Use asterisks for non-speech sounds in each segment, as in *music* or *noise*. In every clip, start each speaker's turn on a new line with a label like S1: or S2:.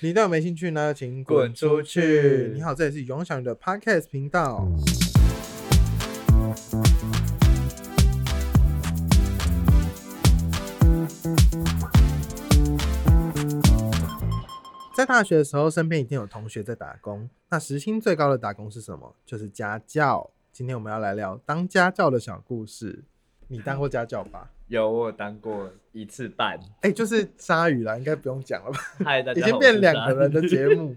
S1: 你对我没兴趣呢，请
S2: 滚
S1: 滚
S2: 出
S1: 出去
S2: 去！
S1: 你好，这里是永享宇的 Podcast 频道。在大学的时候，身边一定有同学在打工。那时薪最高的打工是什么？就是家教。今天我们要来聊当家教的小故事。你当过家教吧？
S2: 有我有当过一次半，
S1: 哎、就是鲨鱼啦，应该不用讲了吧？
S2: 嗨，大
S1: 已
S2: 家好，
S1: 经变两个
S2: 我是
S1: 人的节
S2: *laughs*
S1: 目。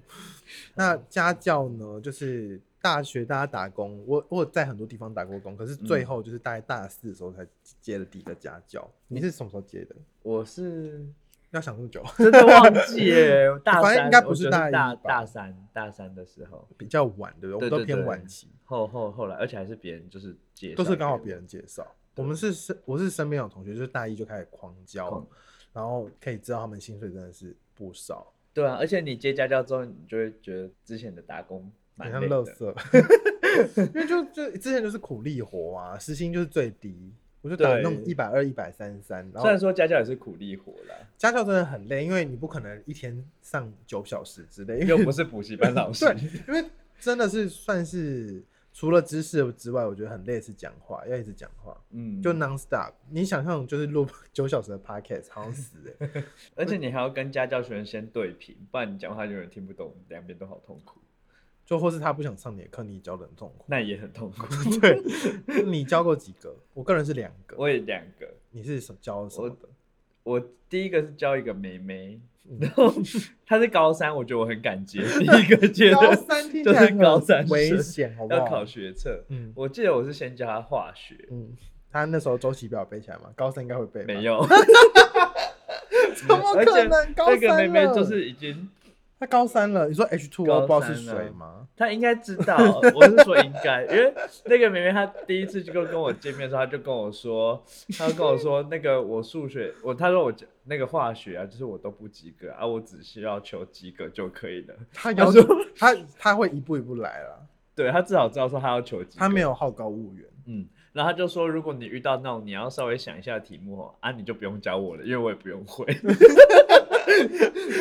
S1: 那家教呢，就是大学大家打工，我我有在很多地方打过工，可是
S2: 嗯
S1: 最后就是大概大四的时候才接了第一个家教。
S2: 嗯
S1: 你是什么时候接的？
S2: 我是
S1: 要想这么久，
S2: 真的忘记耶，大三
S1: 反正应该不
S2: 我
S1: 是
S2: 觉得
S1: 大一
S2: 大
S1: 吧
S2: 大三大三的时候，
S1: 比较晚，对不对？我们
S2: 对
S1: 都
S2: 对
S1: 偏
S2: 对
S1: 晚期，
S2: 后后后来，而且还是别人就是介绍
S1: 都是刚好
S2: 给我
S1: 别人介绍。我们是身，我是身边有同学，就是大一就开始狂教
S2: 狂，
S1: 然后可以知道他们薪水真的是不少，
S2: 对啊，而且你接家教之后，你就会觉得之前的打工蛮
S1: 很像
S2: 累
S1: 乐
S2: 的，
S1: 色，因为就就之前就是苦力活啊，时薪就是最低，我就打那种
S2: 对
S1: 一百二、一百三三，然
S2: 虽
S1: 后
S2: 然说家教也是苦力活啦，
S1: 家教真的很累，因为你不可能一天上九小时之类，因
S2: 又
S1: 为
S2: 不是补习班老师，
S1: 对，因为真的是算是除了知识之外，我觉得很累的是讲话，要一直讲话，
S2: 嗯，
S1: 就 non stop。你想象就是录 *laughs* 九小时的 podcast，好像死哎、
S2: 而且你还要跟家教学生先对平，不然你讲话永远听不懂，两边都好痛苦，
S1: 就或是他不想上你的课，你教的很痛苦。
S2: 那也很痛苦。 *laughs*
S1: 对，你教过几个？我个人是两个。
S2: 我也两个，
S1: 你是什教什么的？
S2: 我第一个是教一个妹妹，
S1: 嗯
S2: 然
S1: *laughs*
S2: 后她是高三，我觉得我很敢接。第一个接
S1: 高
S2: 的
S1: 三听起
S2: 就
S1: 来
S2: 是
S1: 很
S2: 高三
S1: 危
S2: 生
S1: 险，好不
S2: 要考
S1: 好？
S2: 学测，
S1: 嗯
S2: 我记得我是先教她化学，
S1: 嗯，他那时候周期表背起来嘛，高三应该会背。
S2: 没，有，
S1: 怎么
S2: 而
S1: 可
S2: 且
S1: 能？高
S2: 那
S1: 三
S2: 个妹妹
S1: 了
S2: 就是已经，
S1: 他高三了，你说 H two O 不知道
S2: 高
S1: 是
S2: 三
S1: 水
S2: 了
S1: 吗？
S2: 她应该知道，我是说应该，因为那个妹妹她第一次就跟我见面的时候，她就跟我说，她就跟我
S1: *laughs*
S2: 说那个我数学，我她说我那个化学啊，就是我都不及格啊，我只需要求及格就可以了。
S1: 他
S2: 她
S1: 要
S2: 说，
S1: 他他会一步一步来啦，
S2: 对她至少知道说她要求及格，
S1: 他没有好高骛远。
S2: 嗯，然后他就说，如果你遇到那种你要稍微想一下题目哦，啊，你就不用教我了，因为我也不用
S1: *laughs*
S2: 会，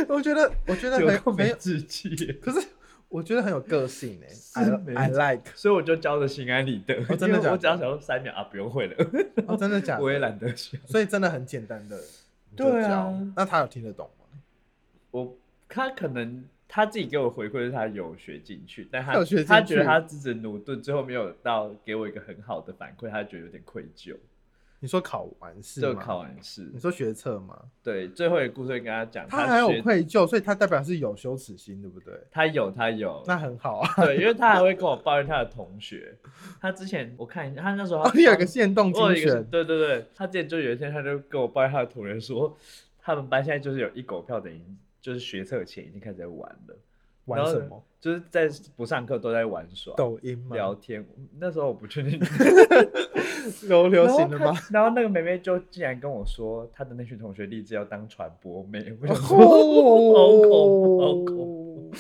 S1: 我觉得，我
S2: *laughs*
S1: 觉得
S2: 有够
S1: 很没
S2: 没
S1: 有，
S2: 志气耶。
S1: 可是我觉得很有个性哎、
S2: 没
S1: I I like，
S2: 所以我就教的心安理得，
S1: 哦真的
S2: 因为
S1: 假的
S2: 我只要想说三秒啊，不用会了，
S1: 哦，真的假
S2: 我也
S1: 的？
S2: 懒得学。
S1: 所以真的很简单的，你就
S2: 对啊
S1: 教那他有听得懂吗？
S2: 我他可能他自己给我回馈是他有学进去，但他
S1: 他有学进去
S2: 他觉得他自己努顿，最后没有到给我一个很好的反馈，他觉得有点愧疚。
S1: 你说考完试
S2: 就
S1: 吗？
S2: 考完试
S1: 你，说学测吗？
S2: 对，最后一个故事会跟他讲，
S1: 他还有
S2: 学
S1: 愧疚，所以他代表是有羞耻心，对不对？
S2: 他有他有，
S1: 那很好 *laughs* 啊。
S2: 对，因为他还会跟我抱怨他的同学。他之前我看一下，他那时候
S1: 哦 *laughs*
S2: 他，
S1: 你有一个限动
S2: 我有
S1: 精
S2: 一个
S1: 选，
S2: 对对对，他之前就有一天他就跟我抱怨他的同学说，他们班现在就是有一狗票的已经就是学测前已经开始在玩了，
S1: 玩
S2: 然后
S1: 什
S2: 呢
S1: 么？
S2: 就是在不上课都在玩耍。
S1: 抖音吗？ *laughs*
S2: 聊天，那时候我不确定
S1: 流流行的
S2: 然后 *laughs*
S1: 吗？哦
S2: 他然后那个妹妹就竟然跟我说，她的那群同学立志要当传播妹，我想说
S1: 哦，
S2: 好恐怖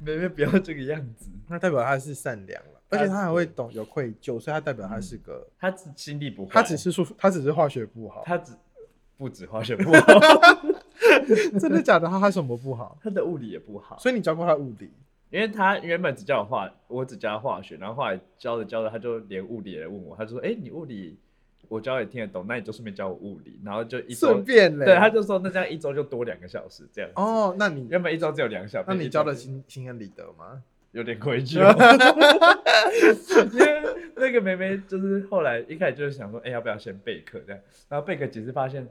S2: 妹妹不要这个样子，
S1: *laughs* 那代表他是善良了，而
S2: 他
S1: 且他还会懂有愧疚，所以他代表他是个，
S2: 她只心地不坏，
S1: 他只是数，他只是化学不
S2: *laughs*
S1: 好，
S2: 他只不止化学不好，
S1: 真的假的？他他什么不好？
S2: 他的物理也不好，
S1: 所以你教过他物理，
S2: 因为他原本只教我化，我只教他化学，然后后来教着教着，他就连物理也来问我，他就说：“哎、你物理我教也听得懂，那你就顺便教我物理。”然后就一周
S1: 顺，便嘞，
S2: 对，他就说那这样一周就多两个小时这样。哦，
S1: 哦，那你
S2: 原本一周只有两小时，
S1: 那
S2: 一
S1: 你
S2: 周
S1: 教的
S2: 就
S1: 心心安理得吗？
S2: 有点愧疚，因为那个妹妹就是后来一开始就是想说，哎、要不要先备课这样？然后备课几次发现，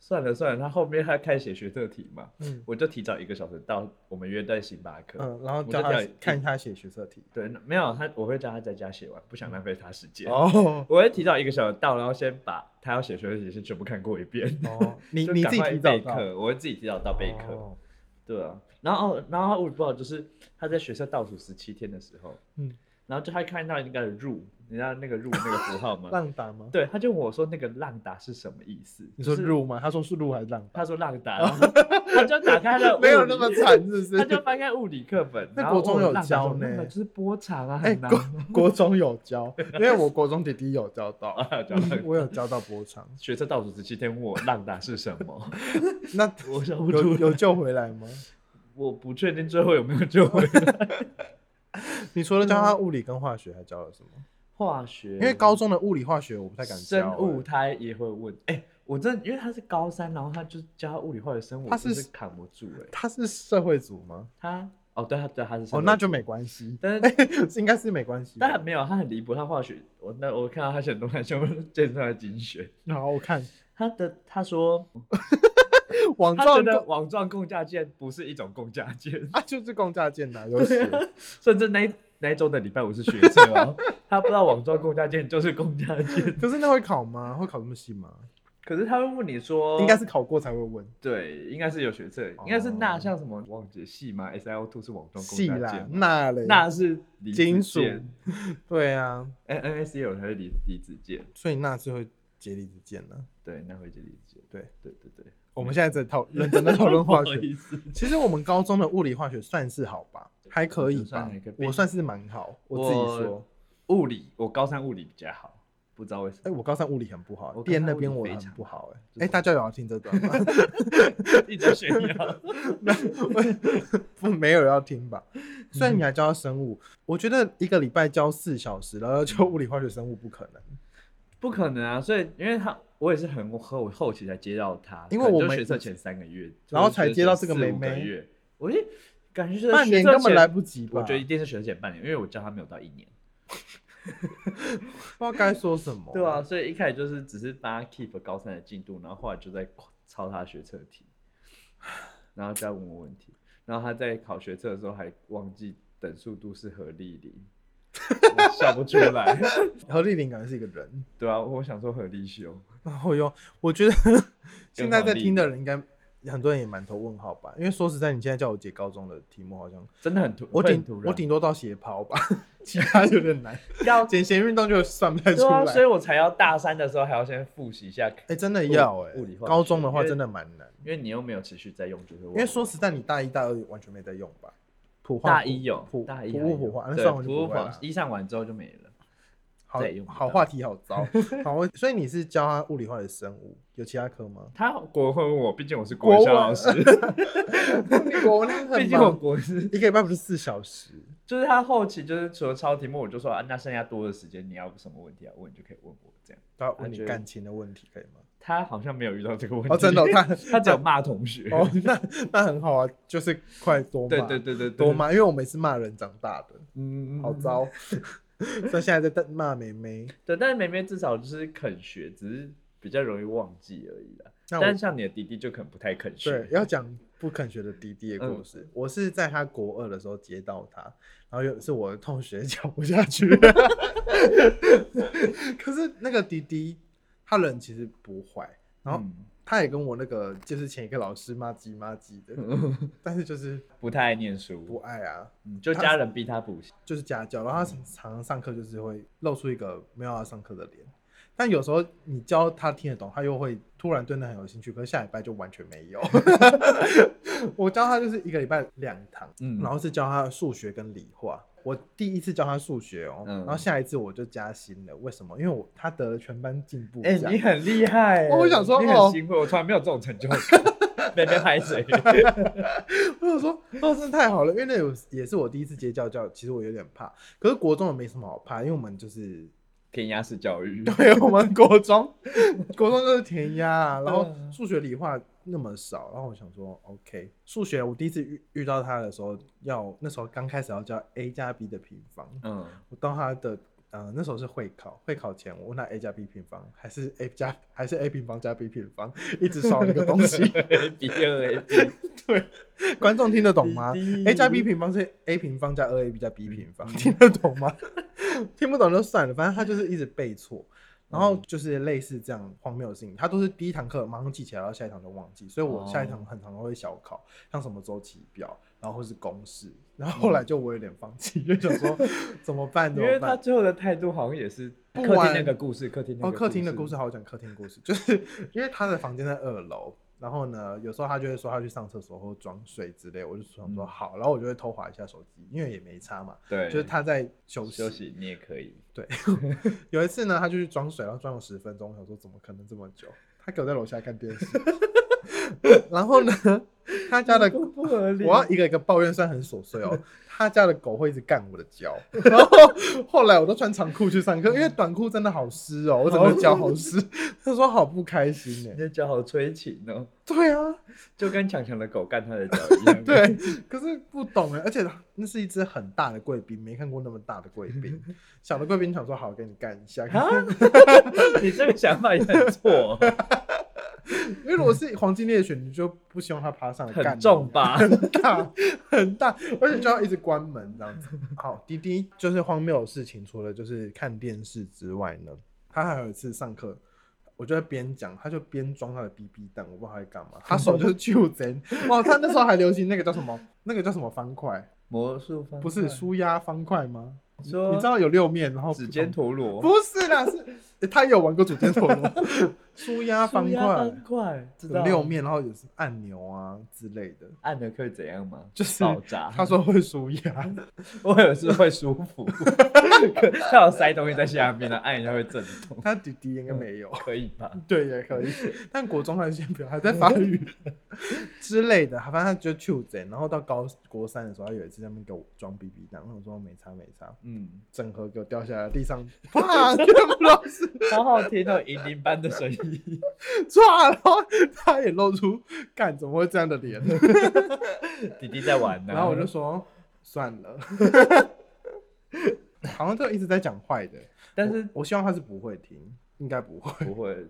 S2: 算了算了，她后面她开始写学测题嘛，
S1: 嗯
S2: 我就提早一个小时到，我们约在星巴克。
S1: 嗯，然后
S2: 我
S1: 教
S2: 就
S1: 他
S2: 叫你
S1: 看他写学测
S2: *laughs*
S1: 题，
S2: 对，那没有他，我会叫他在家写完，不想浪费他时间。
S1: 哦
S2: 我会提早一个小时到，然后先把他要写学的题先全部看过一遍。 *laughs*
S1: 哦， *laughs* 你
S2: 就
S1: 你
S2: 赶
S1: 自己
S2: 快
S1: 提早
S2: 备
S1: 到
S2: 课，我会自己提早到备课。
S1: 哦
S2: 对啊，然后哦然后他物理不好，就是他在学校倒数十七天的时候，
S1: 嗯，
S2: 然后就他看到那个入，你知道那个入那个符
S1: *laughs*
S2: 号吗？
S1: 浪打吗？
S2: 对，他就问我说那个浪达是什么意思？
S1: 你说
S2: 就是
S1: 入吗？他说是入还是浪打？
S2: 他说浪达，然后他就打开
S1: *laughs*
S2: 了，
S1: 没有那么。惨，是不
S2: 他
S1: 是？
S2: 就翻开物理课本，
S1: 那
S2: 然后
S1: 国中
S2: 问我
S1: 有
S2: 浪达
S1: 教
S2: 什么
S1: 呢
S2: 浪达就是波长啊，
S1: 哎、
S2: 很难
S1: 国国中有
S2: *laughs*
S1: 教，因为我国中弟弟有教到，
S2: 啊讲 *laughs* 到
S1: 我有教到波长，
S2: 学测倒数十七天，问我浪打是什么？
S1: *laughs* 那
S2: 我想不
S1: 有
S2: 出来。
S1: 有救回来吗？
S2: 我不确定最后有没有救回
S1: *laughs*
S2: 来。
S1: 你除了教他物理跟化学，还教了什么？
S2: 化学，
S1: 因为高中的物理化学我不太敢教、
S2: 嗯生物
S1: 欸
S2: 他也会问，哎、我真的因为他是高三，然后他就教他物理化学生物，
S1: 他
S2: 我真
S1: 是
S2: 是扛不住哎、
S1: 他是社会组吗？
S2: 他哦，对，他对他是生
S1: 哦，
S2: 物
S1: 那就没关系， *laughs*
S2: 但是、
S1: 应该是没关系吧。
S2: 但没有，他很离谱，他化学我那我看到他写的东西全部都健身的精选，
S1: 好，我看
S2: 他的他说
S1: 网
S2: 他觉
S1: 状
S2: 得
S1: 共
S2: 网状共价键不是一种共价键，
S1: 啊，就是共价键的，有
S2: *laughs*
S1: 写。
S2: 甚至那一那一周的礼拜五是学测哦，
S1: *laughs*
S2: 他不知道网状共价键就是共价键，
S1: 可是那会考吗？会考这么细吗？
S2: 可是他会问你说，
S1: 应该是哦考过才会问。
S2: 对，应该是有学测，应该是钠像什么忘记系吗？SiO two 是网状
S1: 细
S2: 共价
S1: 啦
S2: 键，吗，
S1: 那嘞，
S2: 钠是离子
S1: 金属
S2: 键。
S1: *laughs* 对啊，
S2: N N S 也有才是离离子键，
S1: 所以那是会结离子键的。
S2: 对，那会是离子键，对对对，
S1: 我们现在在讨认真的讨论化
S2: 嗯 *laughs* 不好
S1: 学。
S2: 意思
S1: 其实我们高中的物理化学算是好吧，还可以吧
S2: 算还可以，
S1: 我算是蛮好，我自己说。
S2: 物理，我高三物理比较好，不知道为什
S1: *laughs* 哎、
S2: 么，
S1: 我高三物理很不好、
S2: 我高
S1: 电
S2: 三
S1: 那
S2: 物
S1: 边
S2: 理
S1: 我
S2: 非
S1: 很
S2: 常
S1: 不好、
S2: 就
S1: 哎，哎，
S2: 是
S1: 大家有要听这段吗？
S2: *laughs*
S1: *laughs*
S2: 一直炫耀。
S1: 不，没有要听
S2: *laughs*
S1: 吧？虽然你还教他生物，我觉得一个礼拜教四小时，然后教物理、化学、生物不可能，
S2: 不可能啊！所以因为他，我也是很后后期才接到他，
S1: 因为
S2: 可能
S1: 我
S2: 就
S1: 们
S2: 学测前三个月，
S1: 然后
S2: 或者
S1: 才
S2: 学
S1: 接到
S2: 测
S1: 这个
S2: 四
S1: 妹
S2: 五个
S1: 妹
S2: 月，我就感觉就是
S1: 半
S2: 学
S1: 年
S2: 测
S1: 根本
S2: 前
S1: 来不及吧？
S2: 我觉得一定是学测前半年，因为我教他没有到一年。
S1: 不知道该说什么。
S2: 对啊，，所以一开始就是只是帮他 keep 高三的进度，然后后来就在抄他的学测
S1: *sighs*
S2: 题，然后再问我问题，然后他在考学测的时候还忘记等速度是何
S1: *laughs*
S2: 立零，我笑不出来。 *laughs*
S1: 何丽玲感觉是一个人。 *laughs*
S2: 对啊，我想说何立修，
S1: 然后哟，我
S2: *laughs*
S1: 觉得现在在
S2: 丽
S1: 听的人应该很多人也满头问号吧？因为说实在，你现在叫我解高中的题目，好像
S2: 真的很突，
S1: 我
S2: 会很
S1: 顶
S2: 突然
S1: 我顶多到斜抛吧， *laughs* 其他有点难。
S2: 要
S1: 简谐运动就算不太出
S2: 对啊，
S1: 来。
S2: 所以我才要大三的时候还要先复习一下，
S1: 哎、真的要哎、
S2: 物理化
S1: 高中的话
S2: 因为
S1: 真的蛮难，
S2: 因为你又没有持续在用，就会忘
S1: 因为说实在，你大一、大二完全没在用吧？普化
S2: 大一有
S1: 普
S2: 大一
S1: 普
S2: 还
S1: 物
S2: 有
S1: 普啊化，那
S2: 对
S1: 算我就
S2: 普物
S1: 不会
S2: 化
S1: 了。
S2: 一上完之后就没了。
S1: 好
S2: 再也用不
S1: 好
S2: 到？
S1: 话题好糟，好，我所以你是教他物理化学生物，有其他科吗
S2: *laughs* 他国文会问我，毕竟我是
S1: 国
S2: 国文校
S1: 文 *laughs*
S2: 老师，
S1: 我那 *laughs*
S2: 毕
S1: 很
S2: 竟我
S1: 忙，
S2: 国文是
S1: 一个礼拜不是四小时，
S2: 就是他后期就是除了抄题目，我就说啊，那剩下多的时间你要什么问题要问就可以问我这样。
S1: 他问
S2: 他觉
S1: 你
S2: 得
S1: 感情的问题可以吗？
S2: *laughs* 他好像没有遇到这个问题，
S1: 哦，真的
S2: *laughs*
S1: 哦，他
S2: 他只有骂同学。
S1: 哦，那那很好啊，就是快多骂，
S2: *laughs* 对对对对，对
S1: 多，骂，因为我们也是骂人长大的，
S2: 嗯，嗯
S1: 好。糟。哦 *laughs* 所以现在在骂妹妹，
S2: 对，但是梅梅至少就是肯学，只是比较容易忘记而已啦。
S1: 那
S2: 但
S1: 我
S2: 是像你的弟弟就可能不太肯
S1: 对
S2: 学，
S1: 要讲不肯学的弟弟
S2: 嗯
S1: 的故事。我是在他国二的时候接到他，然后又是我的同学 *laughs* 讲不下去， *laughs* 可是那个弟弟他人其实不坏，然后
S2: 嗯
S1: 他也跟我那个就是前一个老师骂鸡骂鸡的，
S2: 嗯
S1: 但是就是
S2: *laughs* 不太爱念
S1: 不
S2: 书，
S1: 爱啊，
S2: 嗯，就家人逼他补习。
S1: 就是家教，然后他
S2: 嗯
S1: 常常上课就是会露出一个没有要上课的脸，但有时候你教他听得懂，他又会突然对那很有兴趣，可是下礼拜就完全没
S2: *laughs*
S1: 有。 *laughs* 我教他就是一个礼拜两堂，
S2: 嗯
S1: 然后是教他数学跟理化。我第一次教他数学哦，
S2: 嗯
S1: 然后下一次我就加薪了。为什么？因为我他得了全班进步
S2: 哎，
S1: 奖。
S2: 你很厉害欸，
S1: 哦我想说
S2: 你很
S1: 哦
S2: 欣慰，我从来没有这种
S1: *laughs*
S2: 成就感。梅梅拍谁？
S1: 我想说，哦，真的太好了，因为那有也是我第一次接教教，其实我有点怕。可是国中也没什么好怕，因为我们就是
S2: 填鸭式教育。
S1: 对，我们国中， *laughs* 国中就是填鸭、啊，然后
S2: 对啊
S1: 数学、理化那么少，然后我想说，OK，数学我第一次遇遇到他的时候，要那时候刚开始要教 a 加 b 的平方，
S2: 嗯，
S1: 我到他的呃那时候是会考，会考前我问他 a 加 b 平方还是 a 加还是 a 平方加 b 平方，一直烧那个东
S2: *laughs*
S1: 西，
S2: 比二 A 比
S1: 观众听得 *laughs* 懂吗
S2: 滴滴
S1: ？a 加 b 平方是 a 平方加二 ab 加 b 平方，听得懂吗？ *laughs* 听不懂就算了，反正他就是一直背错，然
S2: 嗯
S1: 后就是类似这样荒谬的事情，他都是第一堂课马上记起来，然后下一堂就忘记，所以我
S2: 哦
S1: 下一堂很常会小考，像什么周期表，然后或是公式，然后后来就我有点放弃，就想
S2: *laughs*
S1: 说怎么办？
S2: 嗯因
S1: 怎么
S2: 为他
S1: 办？哦
S2: 最后的态度好像也是
S1: 不
S2: 客厅
S1: 玩
S2: 那个故事，客厅那个
S1: 哦，客厅的故
S2: 事
S1: 事，好，我讲客厅故事，就是 *laughs* 因为他的房间在二楼，然后呢，有时候他就会说他去上厕所或装睡之类，我就想说
S2: 嗯
S1: 好，然后我就会偷滑一下手机，因为也没差嘛，
S2: 对，
S1: 就是他在休息。
S2: 休息你也可以，
S1: 有一次呢，他就去装水，然后装了十分钟，我想说怎么可能这么久？他给我在楼下看电视， *laughs* 然后呢，他家的
S2: *laughs* 不合理。
S1: 我要一个一个抱怨，虽然很琐碎哦。他家的狗会一直干我的脚， *laughs* 然后后来我都穿长裤去上课，因为短裤真的好湿哦，我整个脚好湿。 *laughs* 他说好不开心呢、
S2: 你的脚好催情哦，
S1: 对啊，
S2: 就跟强强的狗干他的脚一样。
S1: *laughs* 对，可是不懂哎，而且那是一只很大的贵宾，没看过那么大的贵宾。小的贵宾想说好给你干一下，
S2: 啊，
S1: *laughs*
S2: 你这个想法也很错，
S1: 因为如果是黄金猎犬，你就不希望它爬上来干
S2: 很
S1: 你
S2: 重
S1: *laughs*
S2: 吧？
S1: 很大很大， *laughs* 而且就要一直关门这样子。好，滴滴就是荒谬的事情，除了就是看电视之外呢，他还有一次上课，我就在边讲，他就边装他的 BB 弹，我不知道他在干
S2: *laughs*
S1: 嘛，他手就是就针。哇，他那时候还流行那个叫什么？那个叫什么方块？
S2: 魔术方块
S1: 不是舒压方块吗？
S2: 说
S1: 你知道有六面，然后
S2: 嗯指尖陀螺，
S1: 不是啦，是、欸他有玩过指尖陀
S2: *laughs*
S1: 螺，舒压方
S2: 舒压
S1: 块
S2: 方块，知道
S1: 有六面，然后有按钮啊之类的。
S2: 按了会怎样吗？
S1: 就是
S2: 爆炸。
S1: *laughs* 他说会舒压，
S2: *laughs* 我以为是会舒
S1: *laughs*
S2: 服，可他有塞东西在下面了，按一下会震动，
S1: 他弟弟
S2: 嗯
S1: 应该没有， *laughs*
S2: 可以吧？
S1: 对，也
S2: *laughs*
S1: 可以。但国中还先不要，还在发育之类的，反正他就去诊，然后到高国三的时候，他有一次在那边给我装 BB 弹，然后我说没擦没擦，
S2: 嗯，
S1: 整盒给我掉下来地上，
S2: *laughs*
S1: 啪，全部都是
S2: 好好听哦，银铃般的声音， *laughs*
S1: 唰，然后他也露出干怎么会这样的脸，
S2: *laughs* 弟弟在玩呢、啊
S1: 然后我就说算了， *laughs* 好像就一直在讲坏的，
S2: 但是
S1: 我我希望他是不会听，应该不会。 *laughs*
S2: 不会，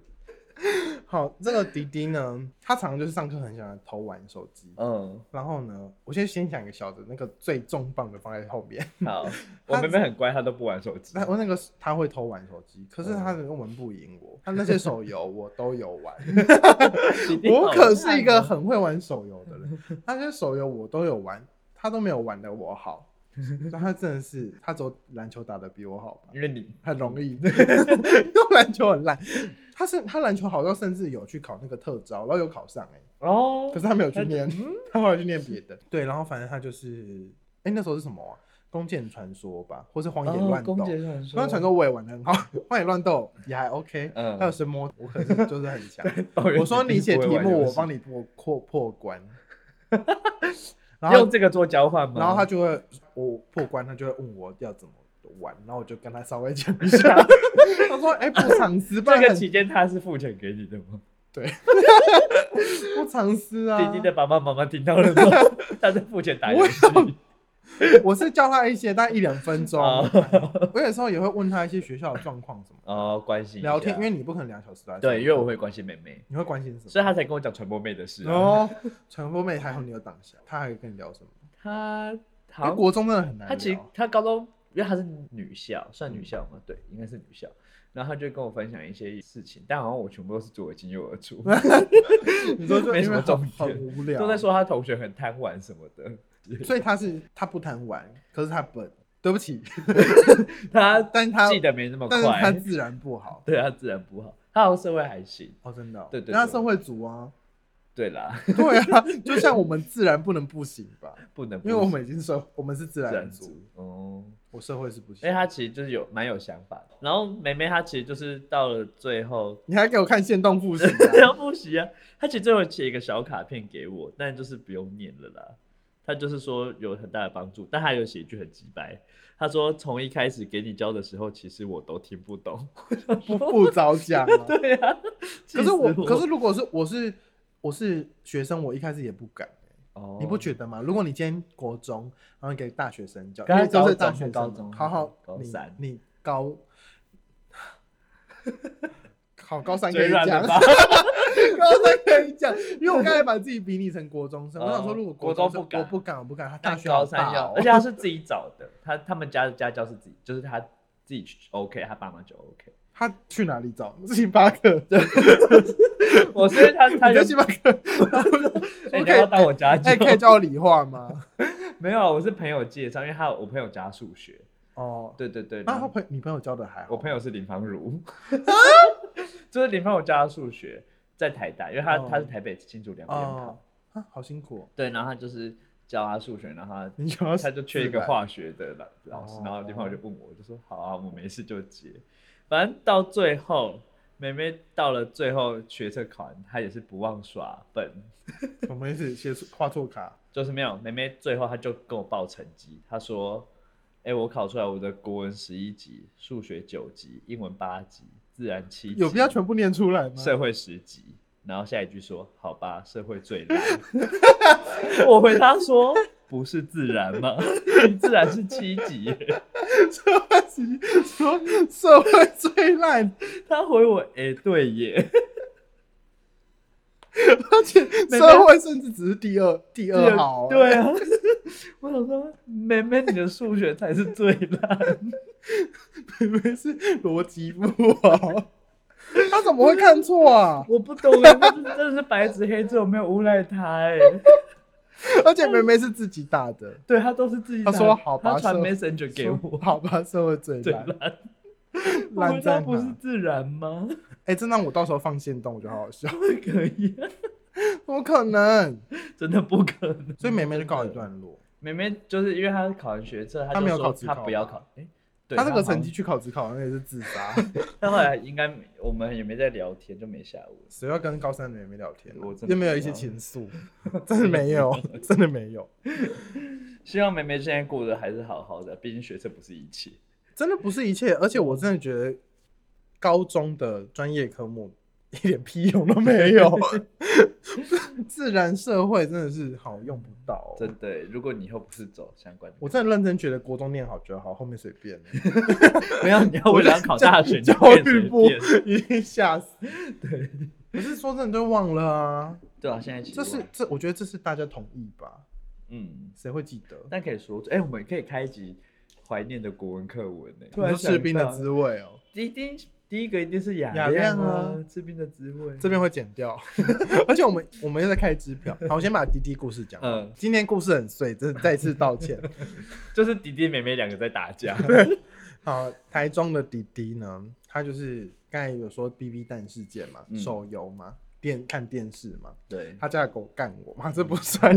S1: 好，这个迪迪呢，他常常就是上课很喜欢偷玩手机。
S2: 嗯，
S1: 然后呢，我先先讲一个小的，那个最重磅的放在后面。 *laughs*
S2: 好，我妹妹很乖，她都不玩手机
S1: 那，我那个他会偷玩手机，可是他
S2: 嗯
S1: 的中文不赢我，他那些手游我都有
S2: *laughs*
S1: 玩。
S2: 弟弟好哦
S1: 我可是一个很会玩手游的
S2: *laughs*
S1: 人，那些手游我都有玩，他都没有玩的我
S2: *laughs*
S1: 好。但他真的是，他走篮球打的比我好吧？
S2: 因为你
S1: 很容易，因 *laughs* 为篮球很烂。他是他篮球好到甚至有去考那个特招，然后有考上哎、
S2: 哦
S1: 可，是他没有去
S2: 他
S1: *laughs* 念，他后来去念别的。 *laughs* 对，然后反正他就是，哎、那时候是什么啊？弓箭传说吧，或是荒野乱斗。
S2: 哦公
S1: 荒
S2: 爵
S1: 野
S2: 传说，
S1: 哦传说我也玩的很好， *laughs* 荒野乱斗也还 OK。
S2: 嗯
S1: 还有神魔，我可是就是很 *laughs* 强。
S2: *laughs* 哦
S1: 我说你写题目，我帮
S2: *laughs* 你
S1: 你破破破 *laughs* 关。
S2: 不
S1: 然
S2: 会玩游戏，
S1: 后
S2: 用这个做交换吗？
S1: 然后
S2: *laughs*
S1: 他就会我破关，他就会问我要怎么玩，然后我就跟他稍微讲一下。他说：“哎、不藏私，啊不然
S2: 啊 *laughs* 这个
S1: 很
S2: 期间他是付钱给你的
S1: *laughs*
S2: 吗？
S1: 不藏私啊。”
S2: 弟弟的爸爸妈妈听到了
S1: *laughs*
S2: 吗？他在付钱打游戏，
S1: 我是教他一些，大概一两分钟。
S2: 哦
S1: 我有时候也会问他一些学校的状况什
S2: *laughs*
S1: 么，
S2: 哦，关心一下
S1: 聊天，因为你不可能两小时都在
S2: 对，因为我啊
S1: 会
S2: 会关心妹妹，
S1: 你会关心什么？
S2: *laughs* 所以他才跟我讲传播妹的事、
S1: 然
S2: 啊。
S1: 后传播妹还好你有挡下，他还跟你聊什么？
S2: 他
S1: 因为
S2: 好像，
S1: 国中真的很难
S2: 他其实
S1: 聊。
S2: 他高中，因为他是女校，算女校嘛，对，应该是女校。然后他就跟我分享一些事情，但好像我全部都是左耳进右耳
S1: *laughs*
S2: 出，
S1: 你说就
S2: 没
S1: 因
S2: 什
S1: 为
S2: 么重
S1: 很很
S2: 点
S1: 无聊，
S2: 都在说他同学很贪玩什么的。
S1: 所以他是他不贪玩，可是他笨，对不起，
S2: 他
S1: 但是他
S2: 记得没那么
S1: 但是他
S2: 快，
S1: 自然不好。
S2: *laughs* 对他自然不好，他好像社会还行。
S1: 哦，真的哦，
S2: 对对对
S1: 那他社会组啊， *laughs*
S2: 对啦，
S1: 对啊，就像我们自然不能不行吧，
S2: 不能不
S1: 因为我们已经社，我们是自
S2: 自
S1: 然
S2: 然哎
S1: 组
S2: 组，哦。
S1: 我社会是不
S2: 因为
S1: 行。
S2: 他其实就是有蛮有想法的，然后梅梅她其实就是到了最后 *laughs*
S1: 你还给我看线动复习啊，
S2: 要复习啊，他其实最后写一个小卡片给我，但就是不用念了啦。他就是说有很大的帮助，但他有写一句很直白，他说从一开始给你教的时候，其实我都听不懂。 *laughs*
S1: 不不早讲啊。
S2: 对呀、啊，
S1: 可是我，
S2: 气死
S1: 可是如果是我是我是学生，我一开始也不敢、欸
S2: 哦
S1: 你不觉得吗？如果你今天国中，然后给大学生教，因
S2: 刚才
S1: 为都是
S2: 高
S1: 大
S2: 中
S1: 学生
S2: 高
S1: 嘛
S2: 中
S1: 好好，
S2: 高
S1: 你
S2: 三
S1: 你高，
S2: *laughs*
S1: 好高三可
S2: 嘴
S1: 以
S2: 软
S1: 讲，
S2: 了
S1: 高 *laughs*
S2: 吧？
S1: 三可以讲，因为我刚才把自己比拟成国中生，我想说
S2: 哦
S1: 如果
S2: 国
S1: 中
S2: 中
S1: 生
S2: 不敢
S1: 我不敢，我不敢，他大
S2: 但
S1: 学
S2: 高
S1: 好
S2: 三
S1: 大
S2: 要，
S1: 哦
S2: 而且他是自己找的，他他们家的家教是自己，就是他自己去 OK，他爸妈就
S1: *laughs*
S2: OK。
S1: 他去哪里找？ *laughs* 星巴克，
S2: 我所以他他
S1: 你
S2: 有
S1: 在星巴克，
S2: 哎、
S1: 我可以
S2: 你要不要到我家教
S1: 哎，，可以教我理化吗？
S2: 没有，啊我是朋友介绍，因为他我朋友教数学，
S1: 哦，
S2: 对对对，
S1: 那
S2: 然
S1: 他
S2: 后
S1: 朋你朋友教的还好，
S2: 我朋友是林芳如， *laughs* 就是林芳如教他数学，在台大，因为他、
S1: 啊哦
S2: 他是台北新竹两边考，
S1: 哦，啊，好辛苦、哦。
S2: 对，然后他就是教他数学，然后他
S1: 你想要
S2: 他就缺一个化学的老老师
S1: 哦，
S2: 然后林芳如就问我，我就说好啊，我没事就接，反正到最后妹妹到了最后学测考完，她也是不忘耍笨，
S1: 我们一起写错画错卡，
S2: 就是没有妹妹最后她就跟我报成绩，她说：“哎、我考出来我的国文十一级，数学九级，英文八级，自然七级，
S1: 有必要全部念出来吗？
S2: 社会十级。”然后下一句说：“好吧，社会最
S1: *laughs*
S2: 烂。”我回答说：“不是自然吗？ *laughs* 你自然是七级耶。”
S1: 社会级说社会最烂，
S2: 他回我：“哎、对耶。
S1: 而且
S2: 妹
S1: 社会甚至只是第二第”二好、
S2: *laughs*
S1: *laughs*
S2: 对，啊，我想说，妹妹你的数学才是最烂。 *laughs*
S1: 明明是逻辑不
S2: *laughs*
S1: 好，他怎么会看错啊？
S2: 我不懂哎，他是真的是白纸黑字，我没有诬赖他哎、
S1: 而且明明是自己打的，
S2: *laughs* 对他都是自己
S1: 他
S2: 打
S1: 说好吧
S2: 他传
S1: 是
S2: messenger 给
S1: 说
S2: 我，
S1: 好吧，社会最
S2: *laughs* 最
S1: 烂，
S2: *laughs* 烂。我
S1: 烂
S2: 回答
S1: 在
S2: 不是
S1: 哪？
S2: 自然吗？ *laughs*
S1: 哎、真让我到时候放线动，我觉得好好笑，
S2: 可以、啊，
S1: 怎么可能？
S2: 真的不可能。
S1: 所以梅梅就告一段落，
S2: 妹妹就是因为她考完学测，她
S1: 她
S2: 就
S1: 没有
S2: 说
S1: 考自
S2: 她
S1: 考
S2: 不要
S1: 吧
S2: 考。哎、对
S1: 她这
S2: 她
S1: 个
S2: 好像
S1: 成绩去考职考，那也是自杀。
S2: *laughs* 她后来应该没我们也没在聊天，就没下文。
S1: 谁要跟高三的妹妹聊天啊
S2: 我真的
S1: 又没有
S2: 不
S1: 一些
S2: 要
S1: 情愫，
S2: *laughs*
S1: 真的没有， *laughs* 真的没有，
S2: 希望梅梅现在过得还是好好的，毕竟学测不是一切。
S1: 真的不是一切。而且我真的觉得高中的专业科目一点屁用都没
S2: *laughs*
S1: 有， *laughs* 自然社会真的是好用不到、哦。
S2: 真的，如果你以后不是走相关的，
S1: 我真的认真觉得国中念好就好，后面随便。
S2: *laughs* 没有你要为了要考大学，你
S1: 教
S2: 就变
S1: 育
S2: 随
S1: 部
S2: 便
S1: 已经吓死。对，可是说真的就忘了啊。
S2: 对啊，现在其实
S1: 这是这，我觉得这是大家同意吧？
S2: 嗯，
S1: 谁会记得？
S2: 但可以说，哎、我们可以开一集怀念的国文课文呢、
S1: 你说士兵的
S2: 滋
S1: 滋味哦、
S2: 第一第一第一个一定是雅
S1: 雅
S2: 亮
S1: 亮啊，
S2: 士兵的滋味
S1: 这边会剪
S2: *laughs*
S1: 掉，而且我们我们又在开支票。好，我先把滴滴故事讲。
S2: 嗯
S1: 今天故事很碎，真的再次道
S2: *laughs*
S1: 歉。
S2: 就是弟弟妹妹两个在打架，
S1: 好，台中的滴滴呢，他就是刚才有说 BB 蛋事件嘛，
S2: 嗯
S1: 手游嘛，电看电视嘛，
S2: 对，
S1: 他家的狗干我嘛，这不
S2: *laughs*
S1: 算。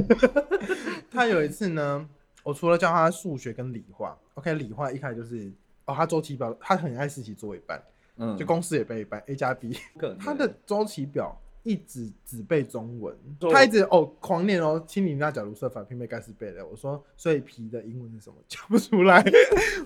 S1: 他有一次呢，我除了教他数学跟理化，OK，理化一开始就是哦，他周期表他很爱事情做一半，
S2: 嗯
S1: 就公式也背一半，A 加 B，
S2: 可能
S1: 他的周期表一直只背中文，
S2: 中文
S1: 他一直哦狂念哦，清理那假如设法拼背盖是背的。我说所以皮的英文是什么？ *laughs* 讲不出来，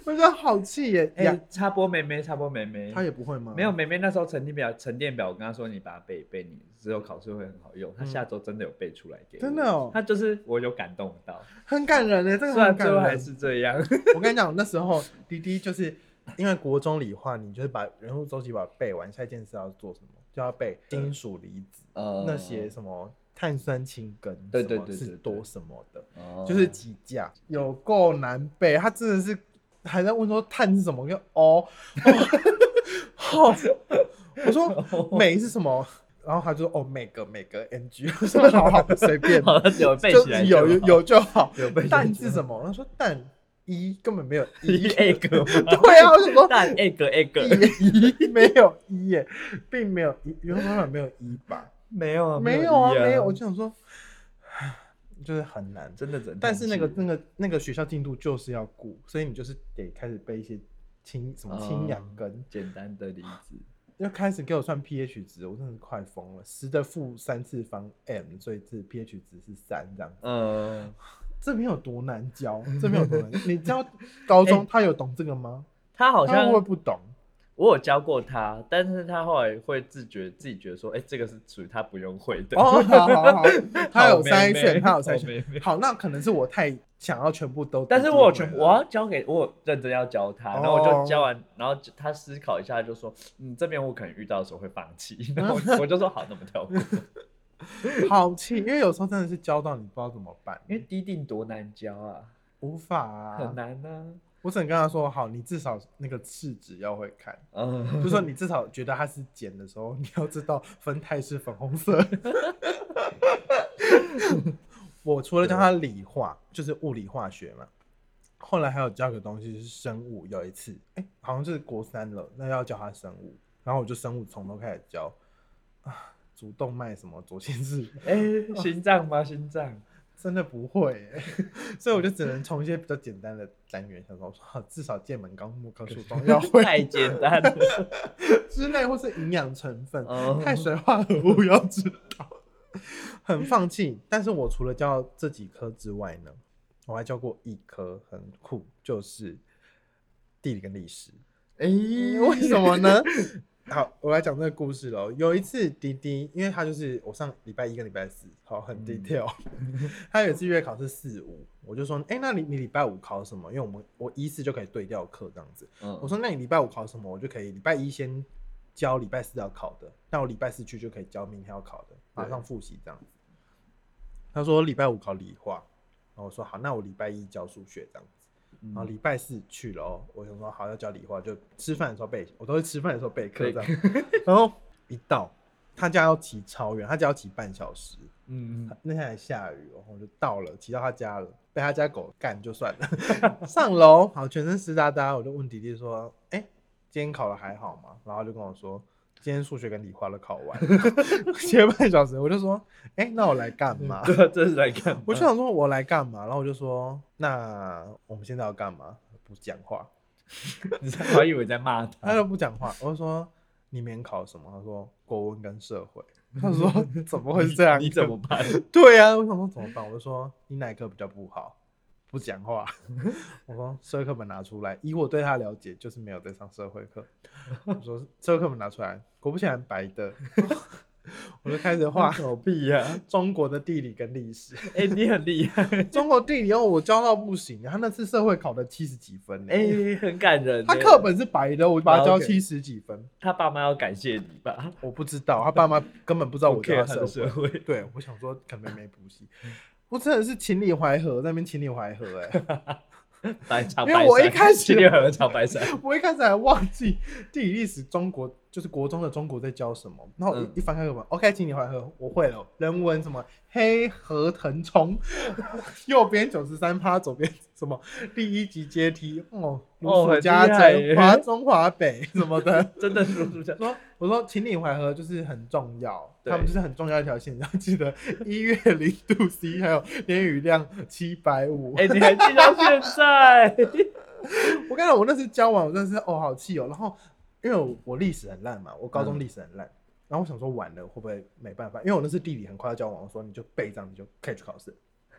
S1: 我觉得好气耶！
S2: 哎、
S1: 呀
S2: 插播妹妹，插播妹妹，
S1: 他也不会吗？
S2: 没有，，梅梅那时候沉淀表沉淀表，我跟她说你把它背一背，你之后考试会很好用。她下周真的有背出来给我，
S1: 嗯真的哦
S2: 她就是我有感动到，
S1: 很感人呢，这个
S2: 虽然
S1: 很
S2: 最
S1: 感
S2: 后还
S1: 人。
S2: 是
S1: *laughs*
S2: 这样，
S1: 我跟你讲，那时候滴滴就是因为国中理化，你就是把人物周期表背完，下一件事要做什么？就要背金属离子、
S2: 呃
S1: 那些什么碳酸氢根，
S2: 对对
S1: 什么
S2: 对对
S1: 是
S2: 对
S1: 多什么的。
S2: 哦
S1: 就是几架，有够难背。他真的是还在问说碳是什么，跟哦，哦，我说镁是什么，然后他就说哦每个每个 ng，我说好好随便，
S2: 好了，
S1: *laughs*
S2: 有背
S1: 就
S2: 起来就
S1: 有有
S2: 好
S1: 有就好。
S2: 有背起来
S1: 蛋
S2: 就是
S1: 什么？他说蛋一根本没有
S2: *laughs* 一，
S1: 一
S2: egg 吗
S1: *laughs* 对啊，我想说
S2: *laughs* 蛋 egg egg
S1: 一没有一耶，并没有一，原本没有一吧？
S2: 哦没有 E
S1: 没有啊，
S2: 一
S1: 没有，我就想说，就是很难。
S2: 真的真，
S1: 但是那个那个那个学校进度就是要顾，所以你就是得开始背一些氢什么
S2: 嗯
S1: 氢氧根，
S2: 简单的例子，
S1: 要开始给我算 pH 值，我真的是快疯了，十的负三次方 m，所以这 pH 值是三这样。
S2: 嗯，
S1: 这边有多难教？这边有多难？你教高中
S2: 哎
S1: 他有懂这个吗？
S2: 他好
S1: 他
S2: 像
S1: 会不会不懂？
S2: 我有教过他，但是他后来会自觉自己觉得说，哎、这个是属于他不用会的。
S1: 哦，好好
S2: *laughs*
S1: 好， *laughs* 他有
S2: 妹
S1: 筛
S2: 妹
S1: 选，他有
S2: 好
S1: 筛
S2: 妹妹
S1: 选。好，那可能是我太想要全部都，
S2: 但是我有全部我要教给我有认真要教他，然后我
S1: 哦
S2: 就教完，然后就他思考一下就说，嗯，这边我可能遇到的时候会放
S1: *laughs*
S2: 弃，然后我我就说好，那我们跳过。
S1: 好气，因为有时候真的是教到你不知道怎么办，
S2: 因为低定多难教啊，
S1: 无法、啊、
S2: 很难啊。
S1: 我只能跟他说，好，你至少那个试纸要会看，
S2: 嗯，
S1: *laughs*
S2: *laughs*
S1: 就说你至少觉得它是碱的时候，你要知道酚酞是粉红色。我除了教他理化，就是物理化学嘛，后来还有教个东西是生物。有一次，哎、好像是国三了，那要教他生物，然后我就生物从头开始教啊，主动脉什么左心室，
S2: 哎、心脏吗？心脏，
S1: 真的不会耶，所以我就只能从一些比较简单的单元，想说我说啊至少剑门纲目科属中要会
S2: *laughs* 太简单了。
S1: 之类，或是营养成分、
S2: 哦
S1: 碳水化合物要知道，很放弃。但是我除了教这几科之外呢，我还教过一科很酷，就是地理跟历史。
S2: 哎、
S1: 为什么呢？好，我来讲这个故事喽。有一次，滴滴，因为他就是我上礼拜一跟礼拜四，好，很
S2: 嗯
S1: detail。他 *laughs* 有一次月考是四五，我就说，哎、那你你礼拜五考什么？因为我们我一四就可以对调课这样子。
S2: 嗯
S1: *laughs* 我说，那你礼拜五考什么？我就可以礼拜一先教礼拜四要考的，那我礼拜四去就可以教明天要考的，马上复习这样子。他说礼拜五考理化，然后我说好，那我礼拜一教数学这样子。
S2: 嗯
S1: 然后礼拜四去了哦，我想说好要教理化，就吃饭的时候备，我都是吃饭的时候备课
S2: 备
S1: 这样。然后一到他家要骑超远，他家要骑半小时，
S2: 嗯，嗯
S1: 那天还下雨哦，我就到了，骑到他家了，被他家狗干就算了。 *laughs* 上楼，好，全身湿哒哒，我就问弟弟说：“哎、今天考的还好吗？”然后他就跟我说：“今天数学跟理化都考完了， *laughs* 骑了半小时。”我就说：“哎、那我来干嘛？”
S2: *laughs* 对，这是来干嘛？
S1: 我就想说我来干嘛，然后我就说那我们现在要干嘛？不讲话，
S2: 你在我还以为在骂
S1: 他
S2: 他。
S1: 就不讲
S2: *laughs*
S1: 话。我就说你免考什么？他说国文跟社会。
S2: *laughs*
S1: 他说怎么会是这样？
S2: 你怎么？办？
S1: *laughs* 对呀、我想说怎么办？我就说你哪一科比较不好？不讲话。 *laughs* 我说社会课本拿出来，以我对他了解，就是没有在上社会课。我说社会课本拿出来，果不其然白的。 *laughs* 我就开始画
S2: 狗屁
S1: *laughs*
S2: 呀！
S1: 中国的地理跟历史。 *laughs*
S2: 哎，你很厉害，
S1: 中国地理哦，我教到不行，他那次社会考的七十几分呢、
S2: 哎，很感人耶。
S1: 他课本是白的，我把他教
S2: OK
S1: 七十几分，
S2: 他爸妈要感谢你吧？
S1: 我不知道，他爸妈根本不知道我教
S2: care
S1: 他嗯
S2: 他
S1: 社
S2: 的
S1: 会。
S2: 社会，
S1: 对，我想说可能没补习，我真的是情理怀合，在那边情理怀合 *laughs* 哎、
S2: 白长
S1: 因为
S2: 白
S1: 我一
S2: 山
S1: 开始
S2: 今天很长白山，
S1: 我一开始还忘记地理历史中国就是国中的中国在教什么，然后我一
S2: 嗯
S1: 一翻开课本，OK，情理怀合我会了，人文什么黑河腾冲， *laughs* 右边九十三趴，左边什么第一级阶梯，哦，如
S2: 哦
S1: 数
S2: 很
S1: 家
S2: 厉害
S1: 珍，
S2: 耶
S1: 华中华北什么的。
S2: 真的是不是？
S1: 说我说情理怀合就是很重要，
S2: 对
S1: 他们就是很重要一条线，你要记得一月零度 C，还有年雨量七百五。
S2: 哎，你还记到现在？ *laughs*
S1: 我跟你讲，我那次教完，我真的是哦，好气哦。然后因为我我历史很烂嘛，我高中
S2: 嗯
S1: 历史很烂，然后我想说完了会不会没办法？因为我那次地理很快要教完，我说你就背这样，你就可以去考试。 *laughs*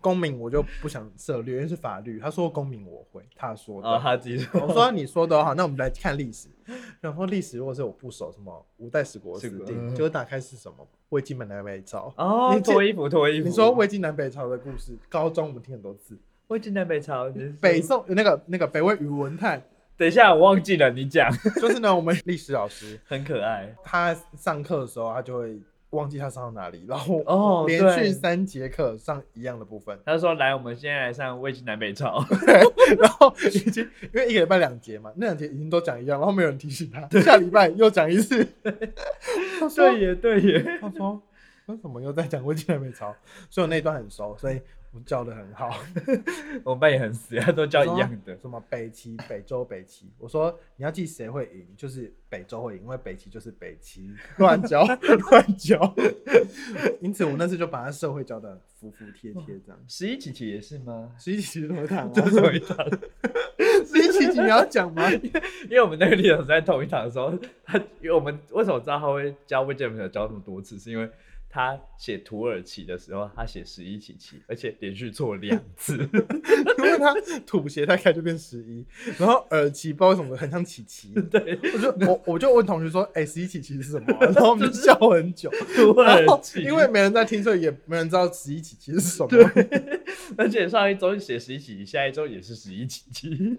S1: 公民我就不想涉略，因为是法律。他说公民我会，他说的。
S2: 哦，他自己说
S1: 我说你说的哦好，那我们来看历史。然后历史如果是我不熟，什么五代十国
S2: 十
S1: 史
S2: 国
S1: 定，
S2: 嗯
S1: 就是打开是什么魏晋南北朝。
S2: 哦
S1: 你，记
S2: 脱衣服，脱衣服。
S1: 你说魏晋南北朝的故事，高中我们听很多次。
S2: 魏晋南北朝，你是
S1: 北宋那个那个北魏宇文泰，
S2: 等一下，我忘记了，你讲， *laughs*
S1: 就是呢，我们历史老师
S2: 很可爱。
S1: 他上课的时候，他就会忘记他上到哪里，然后
S2: 哦
S1: 连续
S2: 对，
S1: 三节课上一样的部分
S2: 他说：“来，我们现在来上魏晋南北朝。
S1: 然后已经因为一个礼拜两节嘛，那两节已经都讲一样，然后没有人提醒他，下礼拜又讲一次。他”说
S2: *laughs* 对耶，对耶，
S1: 他说：“为什么又在讲魏晋南北朝？”所以我那一段很熟，所以我教的很好。
S2: 我们班也很死，他都教
S1: 我说
S2: 一样的。
S1: 什么北齐、北周、北齐。我说你要记谁会赢，就是北周会赢，因为北齐就是北齐，乱教 *laughs* 乱教。因此我那次就把他社会教的服服帖帖这样。
S2: 十一琪琪也是吗？ *laughs*
S1: 十一期怎么谈啊？
S2: 这是同一堂，
S1: 十一期你要讲吗？
S2: 因为我们那个历史老师在同一堂的时候，他因为我们为什么知道他会教魏晋南北朝教那么多次，是因为他写土耳其的时候，他写十一琪琪，而且连续错两次。 *laughs*
S1: 因为他土鞋太开就变十一，然后耳其不知道为什么很像琪琪。
S2: 对，
S1: 我就我我就问同学说，哎、十一琪琪是什么啊、然后我们就笑很久。
S2: 土
S1: 然
S2: 耳
S1: 后
S2: 其，
S1: 哦因为没人在听，所以也没人知道十一期其实是什么。
S2: 而且上一周写十一琪琪，下一周也是十一琪琪。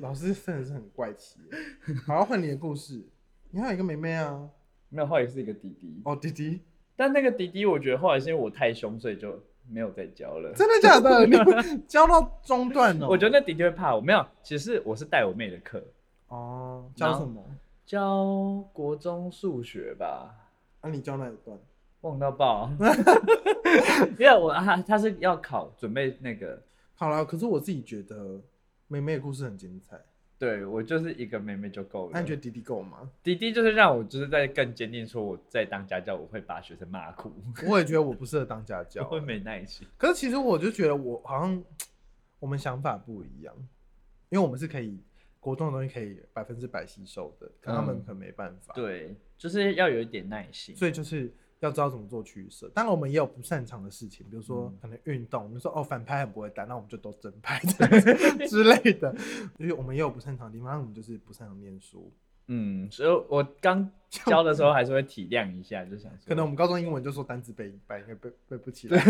S1: 老师真的是很怪奇耶。好，换你的故事。你还有一个妹妹啊，
S2: *laughs* 没有，后来是一个弟弟。
S1: 哦，弟弟，
S2: 但那个弟弟，我觉得后来是因为我太凶，所以就没有再教了。
S1: 真的假
S2: *laughs*
S1: 的？你们教到中段哦。
S2: 啊我觉得那弟弟会怕我，没有，其实我是带我妹的课，
S1: 哦，
S2: 然
S1: 教
S2: 后
S1: 什么？
S2: 教国中数学吧，
S1: 那、你教哪一段？
S2: 忘到
S1: *laughs*
S2: 爆。因为我啊他他是要考准备那个，
S1: 好啦，可是我自己觉得妹妹的故事很精彩。
S2: 对我就是一个妹妹就够了。
S1: 那你觉得弟弟够吗？
S2: 弟弟就是让我就是在更坚定，说我在当家教我会把学生
S1: *laughs*
S2: 骂哭，
S1: 我也觉得我不适合当家
S2: *laughs* 我
S1: 教啊
S2: 会。没
S1: *laughs*
S2: 耐心。
S1: 可是其实我就觉得我好像我们想法不一样，因为我们是可以国中的东西可以百分之百吸收的，可他们
S2: 嗯
S1: 可能没办法。，
S2: 对，就是要有一点耐心。
S1: 所以就是要知道怎么做取舍。当然我们也有不擅长的事情，比如说
S2: 嗯
S1: 可能运动，我们说哦反拍很不会打，那我们就都正
S2: *laughs*
S1: 拍之类的。就是我们也有不擅长的地方，那我们就是不擅长念书。
S2: 嗯，所以我刚教的时候还是会体谅一下，就想说
S1: 可能我们高中英文就说单字背一半，应该背背不起来， *laughs*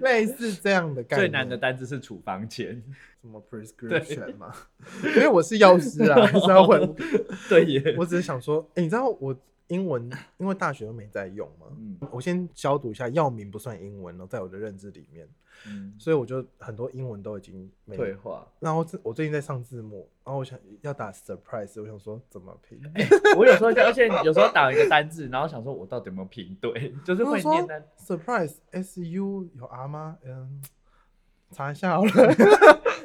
S1: 类似这样的概念。
S2: 最难的单字是处方签。
S1: 什么 prescription 嘛？因为我是药师
S2: *laughs*
S1: 啊，还是要混。
S2: *laughs* 对耶，
S1: 我只是想说，哎、你知道我英文，因为大学都没在用嘛。
S2: 嗯
S1: 我先消毒一下，药名不算英文哦，在我的认知里面，
S2: 嗯，
S1: 所以我就很多英文都已经没有
S2: 退。化。
S1: 然后这我最近在上字幕，然后我想要打 surprise，我想说怎么拼？哎
S2: 我有时候就，而且有时候打一个单字，然后想说我到底有没有拼对，就是
S1: 我
S2: 会
S1: 说
S2: 念单。
S1: surprise s u 有 r 吗？嗯，查一下
S2: *laughs*
S1: 好了。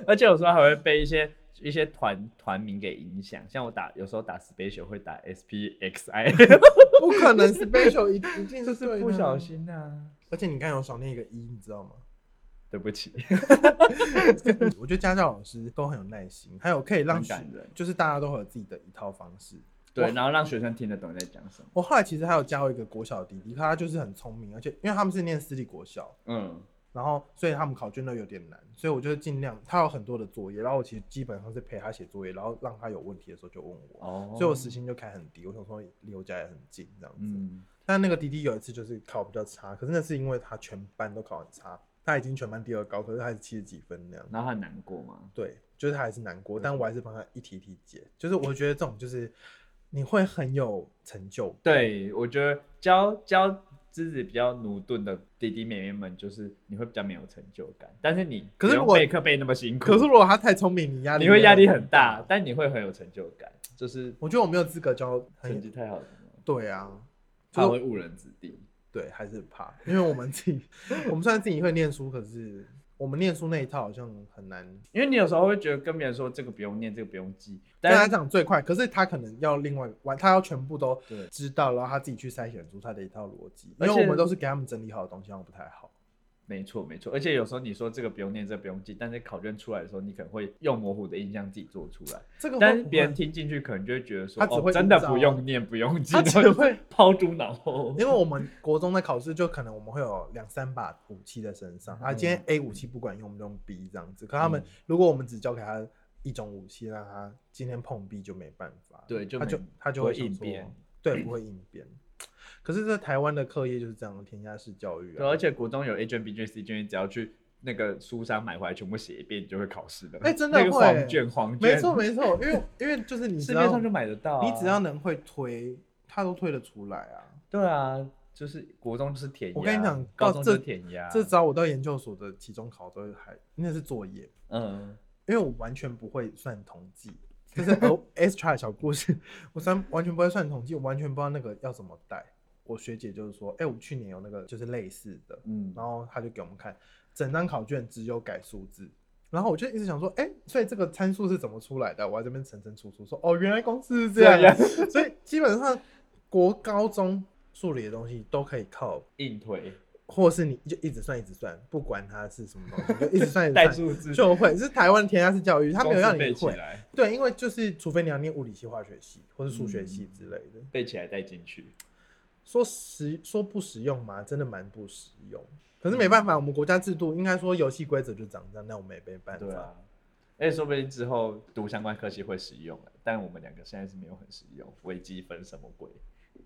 S2: 而且有时候还会被一些一些团团名给影响，像我打有时候打 special 会打 S P X I，
S1: 不可能 special
S2: *laughs*
S1: 一一定
S2: 就是
S1: 对的
S2: 是不小。心啊。
S1: 而且你刚才有少念一个一，你知道吗？ *laughs*
S2: *laughs*
S1: 嗯
S2: 对不起，
S1: 我觉得家教老师都很有耐心，还有可以让
S2: 很
S1: 学
S2: 感人
S1: 就是大家都会有自己的一套方式。
S2: 对，然后让学生听得懂你在讲什么。
S1: 我后来其实还有加入一个国小的弟弟，他就是很聪明，而且因为他们是念私立国小，
S2: 嗯，
S1: 然后所以他们考卷都有点难，所以我就尽量他有很多的作业，然后我其实基本上是陪他写作业，然后让他有问题的时候就问我，
S2: 哦，
S1: 所以我时薪就开很低，我想说离我家也很近这样子。
S2: 嗯，
S1: 但那个弟弟有一次就是考比较差，可是那是因为他全班都考很差，他已经全班第二高，可是他还是七十几分那样。
S2: 然后他难过吗？
S1: 对，就是他还是难过，
S2: 为
S1: 但
S2: 什
S1: 我还是帮他一题一题解。就是我觉得这种就是你会很有成就感，
S2: 对，我觉得教教自己比较驽钝的弟弟妹妹们，就是你会比较没有成就感，但是你
S1: 可是
S2: 不用
S1: 如果
S2: 备课备那么辛苦，
S1: *laughs* 可是如果他太聪明，你压力
S2: 你会压力很
S1: 很
S2: 大，。但你会很有成就感，就是
S1: 我觉得我没有资格教
S2: 成绩
S1: 很
S2: 太好了，
S1: 对啊，
S2: 他会误人子弟。
S1: 对，还是很怕，因为我们自己， *laughs* 我们虽然自己会念书，可是我们念书那一套好像很难。
S2: 因为你有时候会觉得跟别人说这个不用念，这个不用记，
S1: 跟他
S2: 但是
S1: 讲最快，可是他可能要另外玩，他要全部都
S2: 对
S1: 知道，然后他自己去筛选出他的一套逻辑。因
S2: 而
S1: 为
S2: 且
S1: 我们都是给他们整理好的东西，好像不太好。
S2: 没错没错，而且有时候你说这个不用念，这个不用记，但是考卷出来的时候，你可能会用模糊的印象自己做出来，
S1: 这个
S2: 但
S1: 会
S2: 是
S1: 不
S2: 别人
S1: 会
S2: 听进去可能就会觉得说，
S1: 他只会
S2: 哦，真的
S1: 一招
S2: 不用念，不用记，
S1: 他只会
S2: *laughs*
S1: 啊
S2: 抛诸脑
S1: *laughs*
S2: 后。
S1: 因为我们国中的考试，就可能我们会有两三把武器在身上、啊。
S2: 嗯
S1: 今天 A 武器不管用，我们就用 B 这样子。可他们、
S2: 嗯
S1: 如果我们只交给他一种武器，让他今天碰 B 就没办法，
S2: 对就
S1: 他
S2: 没
S1: 就他就
S2: 不会
S1: 想
S2: 应
S1: 说
S2: 变，
S1: 对，不会应变。可是这台湾的课业就是这样，填鸭式教育、
S2: 对，而
S1: 啊。
S2: 且国中有 A 卷、B 卷、C 卷，你只要去那个书商买回来，全部写一遍，你就会考试的。
S1: 哎真的
S2: 那个
S1: 会
S2: 黄卷、黄卷，
S1: 没错，没错，因为因为就是你
S2: 市
S1: 只
S2: 面
S1: 要
S2: 上就买得到啊、
S1: 你只要能会推，他都推得出来啊。
S2: 对啊，就是国中就是填鸭，
S1: 我跟你讲
S2: 高
S1: 到
S2: 中就是
S1: 这
S2: 填鸭，
S1: 这招我到研究所的期中考都还那是作业，
S2: 嗯，
S1: 因为我完全不会算统计，就是 O extra 的小故事，我算完全不会算统计，我完全不知道那个要怎么带。我学姐就是说，哎、我们去年有那个就是类似的，
S2: 嗯
S1: 然后她就给我们看，整张考卷只有改数字。然后我就一直想说，哎、所以这个参数是怎么出来的？我还这边层层出出说，哦，原来公式是这样啊。 *laughs* 所以基本上国高中数理的东西都可以靠，
S2: 硬推
S1: 或是你就一直算一直算，不管它是什么东西，你就一直算一直
S2: *laughs* 带
S1: 算。
S2: 数字，
S1: 就会是台湾填鸭式教育，他没有让
S2: 公式
S1: 你
S2: 背起
S1: 会，
S2: 来，
S1: 对，因为就是除非你要念物理系、化学系或是数学系
S2: 嗯
S1: 之类的。
S2: 背起来带进去。
S1: 说实说不实用嘛，真的蛮不实用。可是没办
S2: 嗯
S1: 法，我们国家制度应该说游戏规则就长这样，那我们也没办
S2: 对
S1: 法。
S2: 啊，而且说不定之后读相关科系会实用了，但我们两个现在是没有很实用，微积分什么鬼，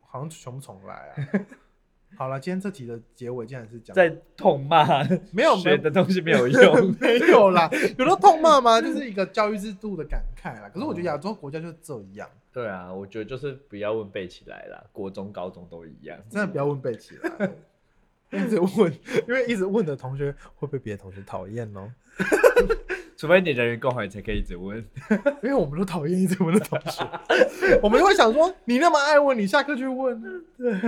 S1: 好像全部重来啊。
S2: *laughs*
S1: 好了，今天这集的结尾竟然是讲 *laughs*
S2: 在痛骂，
S1: 没有没
S2: 学
S1: 有
S2: 的东西没
S1: *laughs*
S2: 有用。
S1: 没有啦，有时候痛骂吗？就是一个教育制度的感慨啦。可是我觉得
S2: 嗯
S1: 亚洲国家就是这样，
S2: 对啊，我觉得就是不要问背起来啦，国中、高中都一样。
S1: 真的不要问背起来， *laughs* 一直问，因为一直问的同学会被别的同学讨厌哦。
S2: 除非你人缘够好，你才可以一直问。
S1: 因为我们都讨厌一直问的同学， *laughs* 我们就会想说，你那么爱问，你下课去问。
S2: 然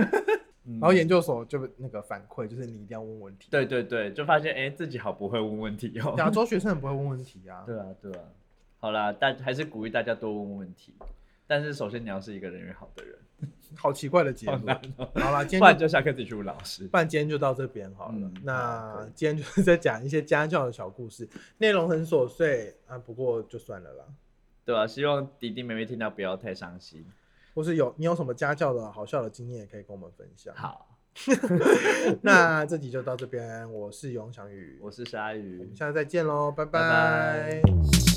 S1: *laughs* 然后研究所就那个反馈就是你一定要问问题。
S2: 嗯对对对，就发现哎、诶自己好不会问问题哦。
S1: 亚洲学生很不会问问题啊，
S2: 对啊对啊，好啦，大还是鼓励大家多问问题，但是首先你要是一个人缘好的人，
S1: 好奇怪的结
S2: 好
S1: 论
S2: 难。哦、
S1: 好啦，今
S2: 不然
S1: 天就
S2: 就下课自己去问老师。
S1: 不然今天就到这边好了。
S2: 嗯好
S1: 那
S2: 可以
S1: 今天就是在讲一些家教的小故事，内容很琐碎啊，不过就算了啦。
S2: 对啊，希望弟弟妹妹听到不要太伤心。
S1: 或是有你有什么家教的好笑的经验，也可以跟我们分享。
S2: 好，
S1: 那这集就到这边，我是永祥宇，
S2: 我是鲨鱼，
S1: 我们下次再见喽，拜
S2: 拜
S1: 拜